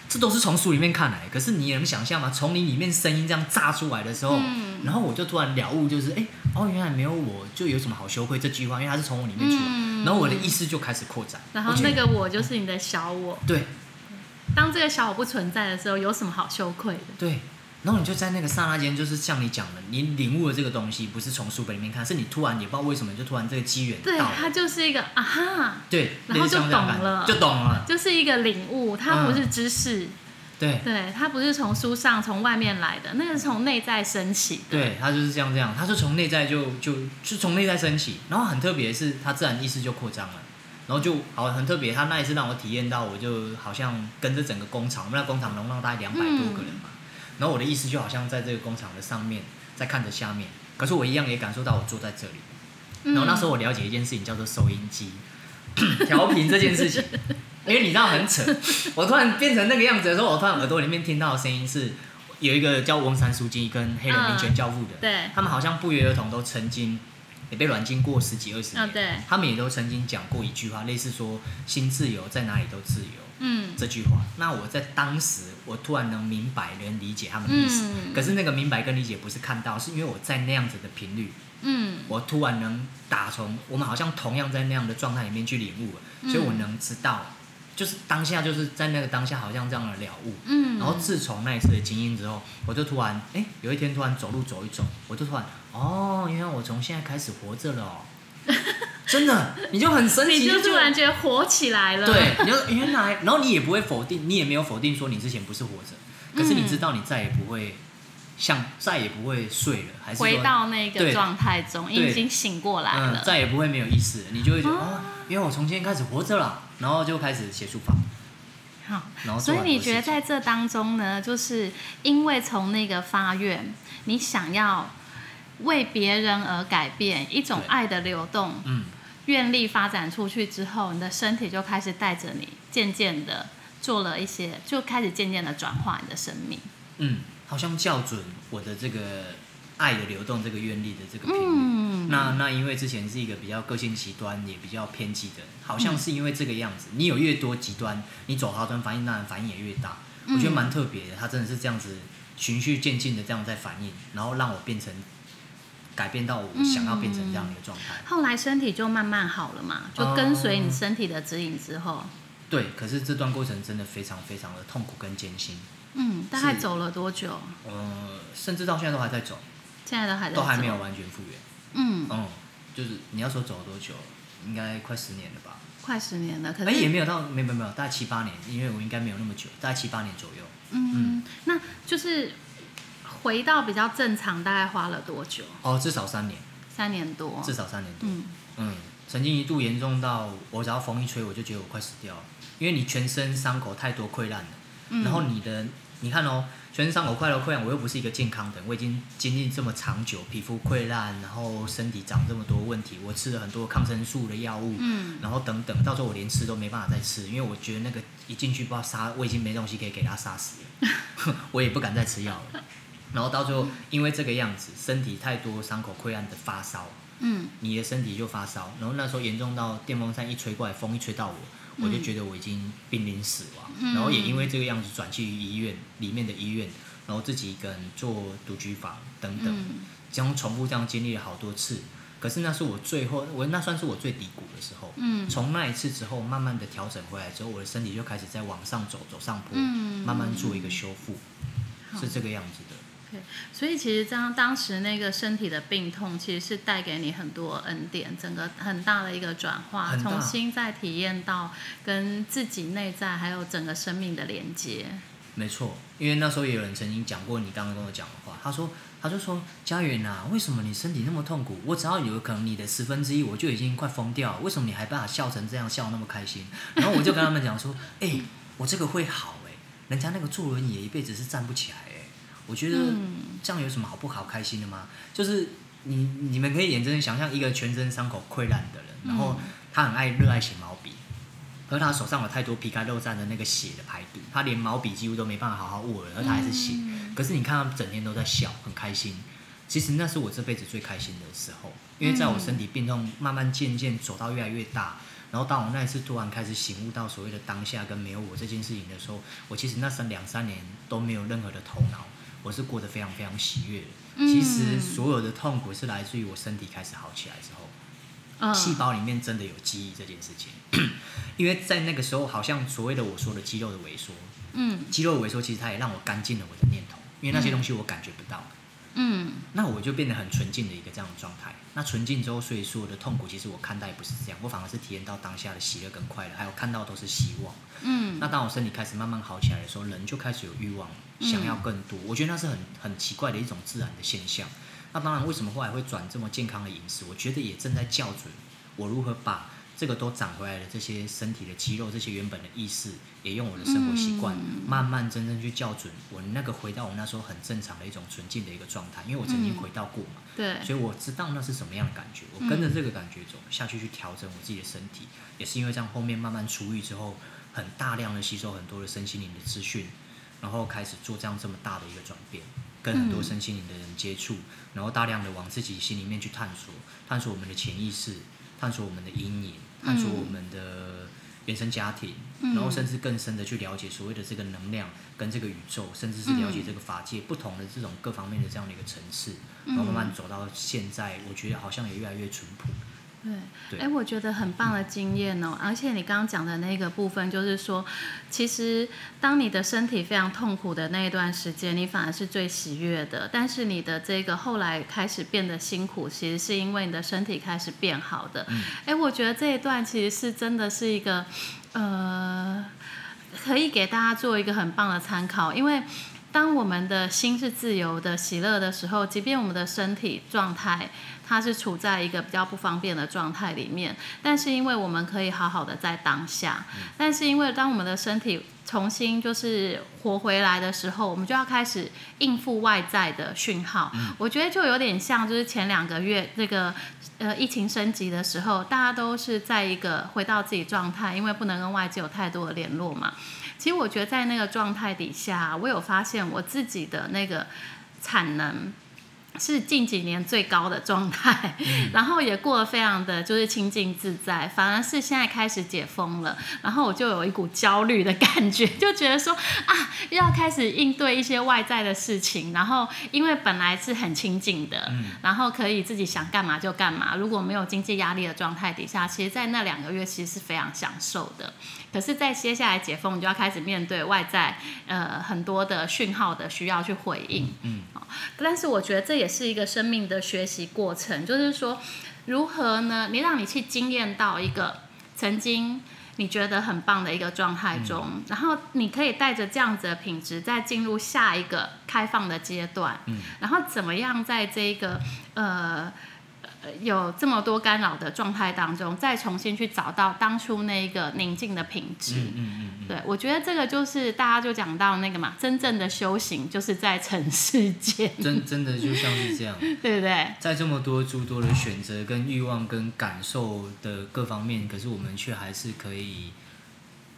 Speaker 3: 这都是从书里面看来，可是你能想象吗？从你里面声音这样炸出来的时候，
Speaker 2: 嗯
Speaker 3: 然后我就突然了悟，就是哎、诶哦，原来没有我就有什么好羞愧这句话，因为它是从我里面出来，
Speaker 2: 嗯
Speaker 3: 然后我的意识就开始扩展。
Speaker 2: 然后
Speaker 3: 我觉得
Speaker 2: 那个我就是你的小我，
Speaker 3: 对
Speaker 2: 当这个小我不存在的时候，有什么好羞愧的？
Speaker 3: 对，然后你就在那个刹那间，就是像你讲的，你领悟了这个东西，不是从书本里面看，是你突然也不知道为什么就突然这个机缘
Speaker 2: 对，
Speaker 3: 到
Speaker 2: 它
Speaker 3: 了，
Speaker 2: 就是一个啊哈，
Speaker 3: 对，
Speaker 2: 然后
Speaker 3: 类似像
Speaker 2: 就
Speaker 3: 这样
Speaker 2: 懂
Speaker 3: 感觉
Speaker 2: 了
Speaker 3: 就懂了，
Speaker 2: 就是一个领悟，它不是知识，
Speaker 3: 嗯对
Speaker 2: 对，它不是从书上从外面来的，那个是从内在升起的。
Speaker 3: 对，他就是这样这样，他就从内在就就就从内在升起，然后很特别的是，他自然意识就扩张了，然后就好很特别，他那一次让我体验到，我就好像跟着整个工厂，我们那工厂容纳大概两百多个人嘛，
Speaker 2: 嗯
Speaker 3: 然后我的意识就好像在这个工厂的上面，在看着下面，可是我一样也感受到我坐在这里，
Speaker 2: 嗯
Speaker 3: 然后那时候我了解一件事情叫做收音机， [coughs] 调频这件
Speaker 2: [laughs]
Speaker 3: 事情，因为你知道很扯，我突然变成那个样子的时候，我突然耳朵里面听到的声音是有一个叫翁山书记跟黑人民权教父的，
Speaker 2: 嗯对
Speaker 3: 他们好像不约而同都曾经也被软禁过十几二十年，
Speaker 2: 啊对
Speaker 3: 他们也都曾经讲过一句话，类似说“心自由在哪里都自由”，
Speaker 2: 嗯
Speaker 3: 这句话。那我在当时，我突然能明白、能理解他们的意思。
Speaker 2: 嗯
Speaker 3: 可是那个明白跟理解不是看到，是因为我在那样子的频率，
Speaker 2: 嗯
Speaker 3: 我突然能打从我们好像同样在那样的状态里面去领悟
Speaker 2: 嗯
Speaker 3: 了，所以我能知道，就是当下就是在那个当下好像这样的了悟。
Speaker 2: 嗯，
Speaker 3: 然后自从那一次的经验之后，我就突然哎，有一天突然走路走一走，我就突然哦，原来我从现在开始活
Speaker 2: [laughs]
Speaker 3: 着了、哦，真的，你就很神奇，
Speaker 2: 你就突然觉得火起来了。
Speaker 3: 对，你就原来，然后你也不会否定，你也没有否定说你之前不是活着，可是你知道你再也不会像再也不会睡了，还是说
Speaker 2: 回到那个
Speaker 3: 对
Speaker 2: 状态中，
Speaker 3: 对
Speaker 2: 已经醒过来
Speaker 3: 嗯
Speaker 2: 了。，
Speaker 3: 再也不会没有意思了，你就会觉得
Speaker 2: 哦
Speaker 3: 哦，因为我从今天开始活着了，然后就开始写书法，
Speaker 2: 好，
Speaker 3: 然后
Speaker 2: 所
Speaker 3: 做
Speaker 2: 以
Speaker 3: 很多
Speaker 2: 你觉得
Speaker 3: 事情
Speaker 2: 在这当中呢，就是因为从那个发愿，你想要为别人而改变一种
Speaker 3: 对
Speaker 2: 爱的流动，
Speaker 3: 嗯，
Speaker 2: 愿力发展出去之后，你的身体就开始带着你，渐渐的做了一些，就开始渐渐的转化你的生命。
Speaker 3: 嗯，好像校准我的这个爱的流动，这个愿力的这个频率。
Speaker 2: 嗯
Speaker 3: 那那因为之前是一个比较个性极端，也比较偏激的人，好
Speaker 2: 嗯
Speaker 3: 像是因为这个样子。你有越多极端，你走好端反应，当然反应也越大。
Speaker 2: 嗯
Speaker 3: 我觉得蛮特别的，他真的是这样子循序渐进的这样在反应，然后让我变成改变到我想要变成这样的一个状态。
Speaker 2: 后来身体就慢慢好了
Speaker 3: 啊
Speaker 2: 嘛，就跟随你身体的指引之后，
Speaker 3: 对，可是这段过程真的非常非常的痛苦跟艰辛，
Speaker 2: 嗯，大概
Speaker 3: 是
Speaker 2: 走了多久？
Speaker 3: 呃，甚至到现在都还在走，
Speaker 2: 现在都还在
Speaker 3: 都还
Speaker 2: 走
Speaker 3: 没有，完全复原。
Speaker 2: 嗯，
Speaker 3: 嗯，就是你要说走了多久，应该快十年了吧？
Speaker 2: 快十年了，可
Speaker 3: 哎、
Speaker 2: 是
Speaker 3: 也没有到，没有没有没有，大概七八年，因为我应该没有那么久，大概七八年左右。
Speaker 2: 嗯，那就是回到比较正常，大概花了多久？
Speaker 3: 哦，至少三年，
Speaker 2: 三年多。
Speaker 3: 至少三年多。
Speaker 2: 嗯
Speaker 3: 嗯，曾经一度严重到我只要风一吹，我就觉得我快死掉了，因为你全身伤口太多溃烂了，
Speaker 2: 嗯，
Speaker 3: 然后你的你看哦，全身伤口溃烂溃烂，我又不是一个健康的人，我已经经历这么长久，皮肤溃烂，然后身体长这么多问题，我吃了很多抗生素的药物，
Speaker 2: 嗯
Speaker 3: 然后等等，到时候我连吃都没办法再吃，因为我觉得那个一进去不知道杀，我已经没东西可以给它杀死了， [laughs] 我也不敢再吃药了。然后到最后，因为这个样子，身体太多伤口溃烂的发烧，
Speaker 2: 嗯
Speaker 3: 你的身体就发烧。然后那时候严重到电风扇一吹过来，风一吹到我，我就觉得我已经濒临死亡。
Speaker 2: 嗯
Speaker 3: 然后也因为这个样子转去医院里面的医院，然后自己一个人做独居房等等。
Speaker 2: 嗯
Speaker 3: 这样重复这样经历了好多次。可是那是我最后，我那算是我最低谷的时候。
Speaker 2: 嗯
Speaker 3: 从那一次之后，慢慢的调整回来之后，我的身体就开始在往上走，走上坡，
Speaker 2: 嗯
Speaker 3: 慢慢做一个修复，
Speaker 2: 好
Speaker 3: 是这个样子的。
Speaker 2: 所以其实这样，当时那个身体的病痛，其实是带给你很多恩典，整个很大的一个转化，
Speaker 3: 很大
Speaker 2: 重新再体验到跟自己内在还有整个生命的连接。
Speaker 3: 没错，因为那时候也有人曾经讲过你刚刚跟我讲的话，他说，他就说，佳媛啊，为什么你身体那么痛苦？我只要有可能你的十分之一，我就已经快疯掉了，为什么你还把法笑成这样，笑那么开心？ [laughs] 然后我就跟他们讲说，哎、我这个会好哎、人家那个坐轮椅一辈子是站不起来哎、我觉得
Speaker 2: 嗯
Speaker 3: 这样有什么好不好开心的吗？就是你你们可以眼睁睁想象一个全身伤口溃烂的人，然后他很爱热爱写毛笔，而他手上有太多皮开肉绽的那个血的排毒，他连毛笔几乎都没办法好好握了，而他还是写。可是你看他整天都在笑，很开心。其实那是我这辈子最开心的时候，嗯因为在我身体病痛慢慢渐渐走到越来越大，然后当我那一次突然开始醒悟到所谓的当下跟没有我这件事情的时候，我其实那三两三年都没有任何的头脑，我是过得非常非常喜悦的。
Speaker 2: 嗯
Speaker 3: 其实所有的痛苦是来自于我身体开始好起来之后，
Speaker 2: 嗯，
Speaker 3: 细胞里面真的有记忆这件事情， [clears throat] 因为在那个时候，好像所谓的我说的肌肉的萎缩，
Speaker 2: 嗯
Speaker 3: 肌肉的萎缩其实它也让我干净了我的念头，因为那些东西我感觉不到，
Speaker 2: 嗯
Speaker 3: 那我就变得很纯净的一个这样的状态。那纯净之后，所以说我的痛苦其实我看待不是这样，我反而是体验到当下的喜乐跟快乐，还有看到都是希望。
Speaker 2: 嗯
Speaker 3: 那当我身体开始慢慢好起来的时候，人就开始有欲望，想要更多。我觉得那是很很奇怪的一种自然的现象。那当然，为什么后来会转这么健康的饮食？我觉得也正在校准我如何把这个都长回来的这些身体的肌肉，这些原本的意识，也用我的生活习惯，
Speaker 2: 嗯
Speaker 3: 慢慢真正去校准我那个回到我那时候很正常的一种纯净的一个状态，因为我曾经
Speaker 2: 嗯
Speaker 3: 回到过嘛。
Speaker 2: 对，
Speaker 3: 所以我知道那是什么样的感觉，我跟着这个感觉走、下去去调整我自己的身体，也是因为这样后面慢慢出狱之后，很大量的吸收很多的身心灵的资讯，然后开始做这样这么大的一个转变，跟很多身心灵的人接触，然后大量的往自己心里面去探索，探索我们的潜意识，探索我们的阴影，探索我们的原生家庭，然后甚至更深的去了解所谓的这个能量跟这个宇宙，甚至是了解这个法界不同的这种各方面的这样的一个层次，然后慢慢走到现在，我觉得好像也越来越淳朴。
Speaker 2: 对，
Speaker 3: 对
Speaker 2: 哎，我觉得很棒的经验哦。而且你刚刚讲的那个部分，就是说，其实当你的身体非常痛苦的那一段时间，你反而是最喜悦的。但是你的这个后来开始变得辛苦，其实是因为你的身体开始变好的。哎、我觉得这一段其实是真的是一个，呃，可以给大家做一个很棒的参考，因为。当我们的心是自由的、喜乐的时候，即便我们的身体状态它是处在一个比较不方便的状态里面，但是因为我们可以好好的在当下，但是因为当我们的身体重新就是活回来的时候，我们就要开始应付外在的讯号。我觉得就有点像就是前两个月那个呃疫情升级的时候，大家都是在一个回到自己状态，因为不能跟外界有太多的联络嘛。其实我觉得在那个状态底下，我有发现我自己的那个产能是近几年最高的状态， [laughs] 然后也过得非常的就是清静自在，反而是现在开始解封了，然后我就有一股焦虑的感觉，就觉得说啊，又要开始应对一些外在的事情，然后因为本来是很清静的，然后可以自己想干嘛就干嘛，如果没有经济压力的状态底下，其实，在那两个月其实是非常享受的。可是，在接下来解封，你就要开始面对外在呃很多的讯号的需要去回应。
Speaker 3: 嗯，
Speaker 2: 但是我觉得这也是一个生命的学习过程，就是说，如何呢？你让你去经验到一个曾经你觉得很棒的一个状态中，
Speaker 3: 嗯
Speaker 2: 然后你可以带着这样子的品质，再进入下一个开放的阶段。
Speaker 3: 嗯，
Speaker 2: 然后怎么样在这个呃。呃有这么多干扰的状态当中，再重新去找到当初那一个宁静的品质。
Speaker 3: 嗯嗯嗯
Speaker 2: 对，我觉得这个就是大家就讲到那个嘛，真正的修行就是在尘世间，
Speaker 3: 嗯，真真的就像是这样。
Speaker 2: 对不对？
Speaker 3: 在这么多诸多的选择、跟欲望、跟感受的各方面，可是我们却还是可以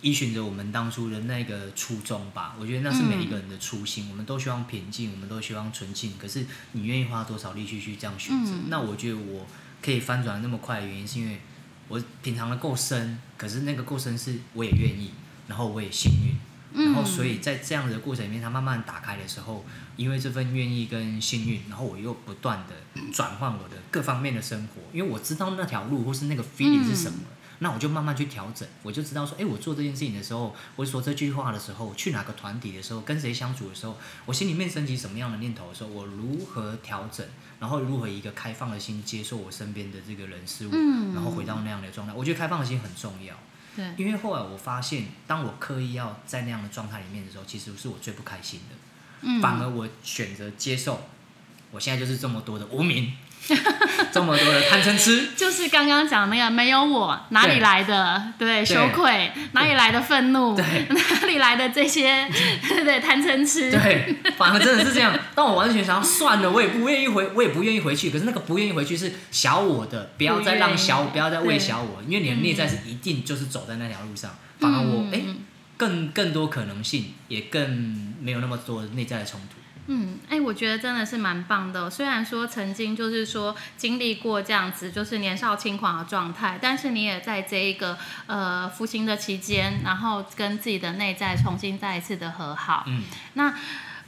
Speaker 3: 依循着我们当初的那个初衷吧。我觉得那是每一个人的初心，我们都希望平静，我们都希望纯净。可是你愿意花多少力气去这样选择？那我觉得我可以翻转那么快的原因，是因为我品尝的够深，可是那个够深是我也愿意，然后我也幸运。然后，所以在这样的过程里面，它慢慢打开的时候，因为这份愿意跟幸运，然后我又不断的转换我的各方面的生活，因为我知道那条路或是那个 feeling 是什么，那我就慢慢去调整，我就知道说，哎，我做这件事情的时候，我说这句话的时候，去哪个团体的时候，跟谁相处的时候，我心里面升起什么样的念头的时候，我如何调整，然后如何以一个开放的心接受我身边的这个人事物，然后回到那样的状态，我觉得开放的心很重要。
Speaker 2: 对，
Speaker 3: 因为后来我发现，当我刻意要在那样的状态里面的时候，其实是我最不开心的。
Speaker 2: 嗯
Speaker 3: 反而我选择接受，我现在就是这么多的
Speaker 2: [laughs]
Speaker 3: 无名，这么多的贪嗔痴。
Speaker 2: 就是刚刚讲那个没有我哪里来的对羞愧，哪里来的愤怒，
Speaker 3: 对
Speaker 2: [laughs] 哪里来的这 [laughs] 些对贪嗔痴，
Speaker 3: 对，反而真的是这样。但我完全想要算了，我也不愿意回，我也不愿意回去。可是那个不愿意回去是小我的，不要再让
Speaker 2: 不
Speaker 3: 小，
Speaker 2: 愿意
Speaker 3: 不要再喂
Speaker 2: 嗯对嗯
Speaker 3: 小我，因为你的内在是一定就是走在那条路上。反而我哎、诶更更多可能性，也更没有那么多内在的冲突。
Speaker 2: 嗯，哎、我觉得真的是蛮棒的哦、虽然说曾经就是说经历过这样子，就是年少轻狂的状态，但是你也在这一个呃服刑的期间，然后跟自己的内在重新再一次的和好。
Speaker 3: 嗯，
Speaker 2: 那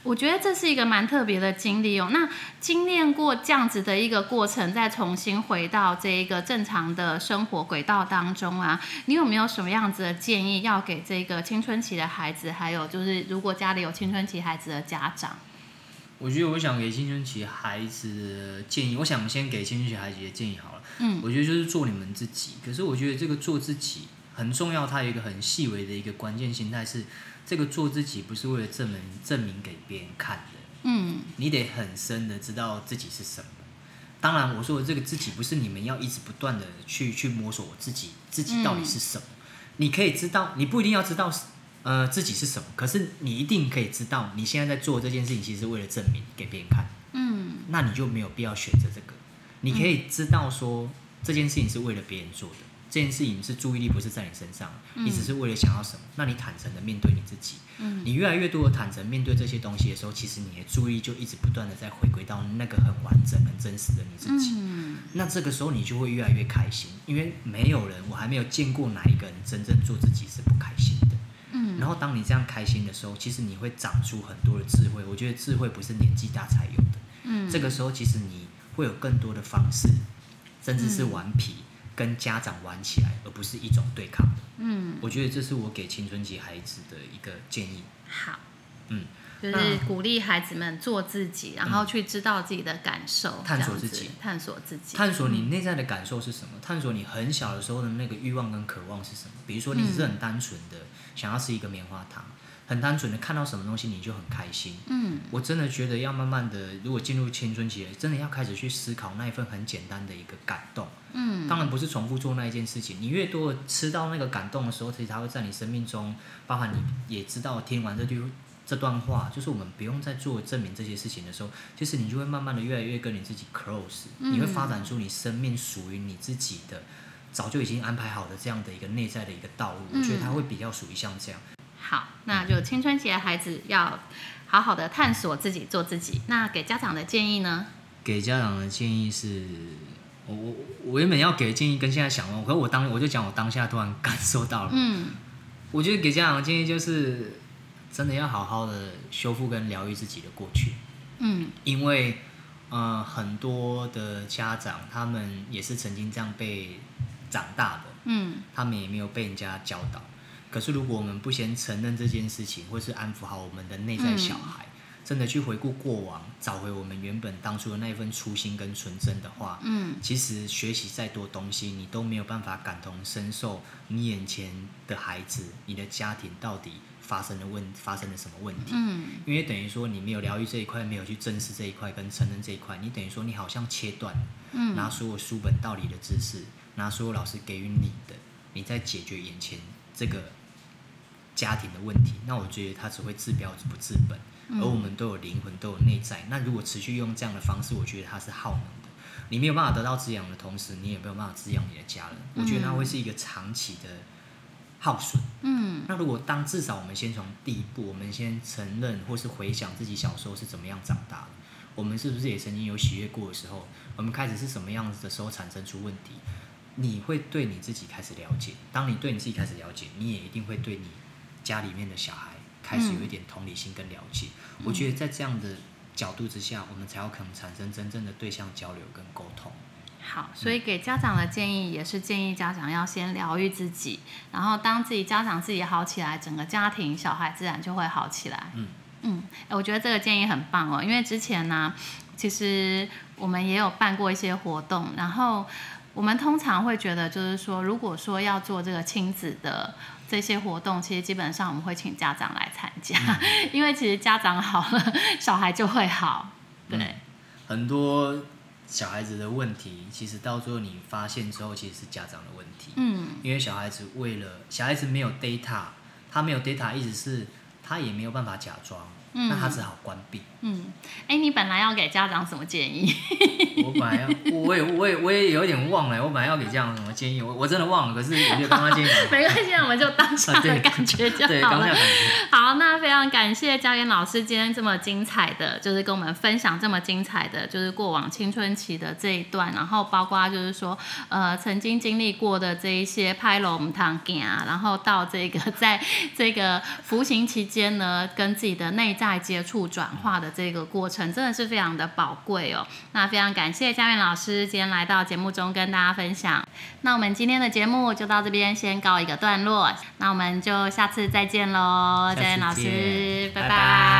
Speaker 2: 我觉得这是一个蛮特别的经历哦。那经历过这样子的一个过程，再重新回到这一个正常的生活轨道当中啊，你有没有什么样子的建议要给这个青春期的孩子，还有就是如果家里有青春期孩子的家长？
Speaker 3: 我觉得我想给青春期孩子的建议，我想先给青春期孩子的建议好了。
Speaker 2: 嗯，
Speaker 3: 我觉得就是做你们自己。可是我觉得这个做自己很重要，它有一个很细微的一个关键心态是，这个做自己不是为了证明证明给别人看的，
Speaker 2: 嗯
Speaker 3: 你得很深的知道自己是什么。当然，我说的这个自己不是你们要一直不断的去去摸索我自己自己到底是什么。你可以知道，你不一定要知道呃自己是什么，可是你一定可以知道你现在在做这件事情，其实是为了证明给别人看。
Speaker 2: 嗯
Speaker 3: 那你就没有必要选择这个。你可以知道说这件事情是为了别人做的，这件事情是注意力不是在你身上，你只是为了想要什么。那你坦诚的面对你自己，
Speaker 2: 嗯
Speaker 3: 你越来越多的坦诚面对这些东西的时候，其实你的注意力就一直不断的在回归到那个很完整、很真实的你自己。
Speaker 2: 嗯
Speaker 3: 那这个时候你就会越来越开心，因为没有人，我还没有见过哪一个人真正做自己是不开心的。
Speaker 2: 嗯，
Speaker 3: 然后当你这样开心的时候，其实你会长出很多的智慧。我觉得智慧不是年纪大才有的，
Speaker 2: 嗯
Speaker 3: 这个时候其实你会有更多的方式，甚至
Speaker 2: 嗯
Speaker 3: 是顽皮、跟家长玩起来，而不是一种对抗的。
Speaker 2: 嗯
Speaker 3: 我觉得这是我给青春期孩子的一个建议。
Speaker 2: 好，
Speaker 3: 嗯，
Speaker 2: 就是鼓励孩子们做自己，然后去知道自己的感受，
Speaker 3: 探索
Speaker 2: 这样子
Speaker 3: 自己，
Speaker 2: 探索自己，
Speaker 3: 探索你内在的感受是什么？探索你很小的时候的那个欲望跟渴望是什么？比如说，你只是很单纯的想要吃一个棉花糖，很单纯的看到什么东西你就很开心。
Speaker 2: 嗯
Speaker 3: 我真的觉得要慢慢的，如果进入青春期了，真的要开始去思考那一份很简单的一个感动。
Speaker 2: 嗯
Speaker 3: 当然不是重复做那一件事情，你越多地吃到那个感动的时候，其实它会在你生命中，包含你也知道听完这句这段话，就是我们不用再做证明这些事情的时候，其实你就会慢慢的越来越跟你自己 close，、
Speaker 2: 嗯
Speaker 3: 你会发展出你生命属于你自己的，早就已经安排好的这样的一个内在的一个道路，
Speaker 2: 嗯
Speaker 3: 我觉得它会比较属于像这样。
Speaker 2: 好，那就青春期的孩子要好好的探索自己，做自己。那给家长的建议呢？
Speaker 3: 给家长的建议是，我我我原本要给的建议跟现在想完，可是我当我就讲我当下突然感受到了，
Speaker 2: 嗯
Speaker 3: 我觉得给家长的建议就是，真的要好好的修复跟疗愈自己的过去，
Speaker 2: 嗯
Speaker 3: 因为呃很多的家长他们也是曾经这样被长大的，
Speaker 2: 嗯
Speaker 3: 他们也没有被人家教导。可是如果我们不先承认这件事情，或是安抚好我们的内在小孩，真的去回顾过往，找回我们原本当初的那一份初心跟纯真的话，
Speaker 2: 嗯
Speaker 3: 其实学习再多东西，你都没有办法感同身受你眼前的孩子，你的家庭到底发生了问发生了什么问题。
Speaker 2: 嗯
Speaker 3: 因为等于说你没有疗愈这一块，没有去正视这一块跟承认这一块，你等于说你好像切断了，
Speaker 2: 嗯
Speaker 3: 拿所有书本道理的知识，拿所有老师给予你的，你在解决眼前这个家庭的问题，那我觉得它只会治标不治本。而我们都有灵魂，都有内在。那如果持续用这样的方式，我觉得它是耗能的。你没有办法得到滋养的同时，你也没有办法滋养你的家人。我觉得那会是一个长期的耗损。
Speaker 2: 嗯
Speaker 3: 那如果当至少我们先从第一步，我们先呃承认或是回想自己小时候是怎么样长大的，我们是不是也曾经有喜悦过的时候？我们开始是什么样子的时候产生出问题？你会对你自己开始了解，当你对你自己开始了解，你也一定会对你家里面的小孩开始有一点同理心跟了解。我觉得在这样的角度之下，我们才有可能产生真正的对象交流跟沟通。
Speaker 2: 好，所以给家长的建议也是建议家长要先疗愈自己，然后当自己家长自己好起来，整个家庭小孩自然就会好起来。
Speaker 3: 嗯
Speaker 2: 嗯，哎我觉得这个建议很棒哦，因为之前呢、其实我们也有办过一些活动，然后我们通常会觉得就是说，如果说要做这个亲子的。这些活动其实基本上我们会请家长来参加， [laughs] 因为其实家长好了，小孩就会好。对，
Speaker 3: 嗯很多小孩子的问题，其实到最后你发现之后，其实是家长的问题。
Speaker 2: 嗯
Speaker 3: 因为小孩子为了小孩子没有 data，他没有 data 意思是他也没有办法假装，
Speaker 2: 嗯
Speaker 3: 那他只好关闭。
Speaker 2: 嗯，哎、你本来要给家长什么建议？
Speaker 3: 我本来要， [laughs] 我也我也我也有点忘了，我本来要给这样什么建议，我我真的忘了，可是我觉得刚刚建议
Speaker 2: [laughs] 没关系，我们就当下
Speaker 3: 啊对
Speaker 2: 的感觉就
Speaker 3: 对
Speaker 2: 好
Speaker 3: 刚
Speaker 2: 了
Speaker 3: 才。感觉
Speaker 2: 好，那非常感谢嘉元老师今天这么精彩的，就是跟我们分享这么精彩的，就是过往青春期的这一段，然后包括就是说，呃，曾经经历过的这一些拍龙堂啊，然后到这个在这个服刑期间呢，跟自己的内在接触转化的这个过程，真的是非常的宝贵哦。那非常感谢嘉元老师今天来到节目中跟大家分享。那我们今天的节目就到这边先告一个段落，那我们就下次再见喽，
Speaker 3: 下次
Speaker 2: 嘉元老
Speaker 3: 见
Speaker 2: 师，拜
Speaker 3: 拜
Speaker 2: 拜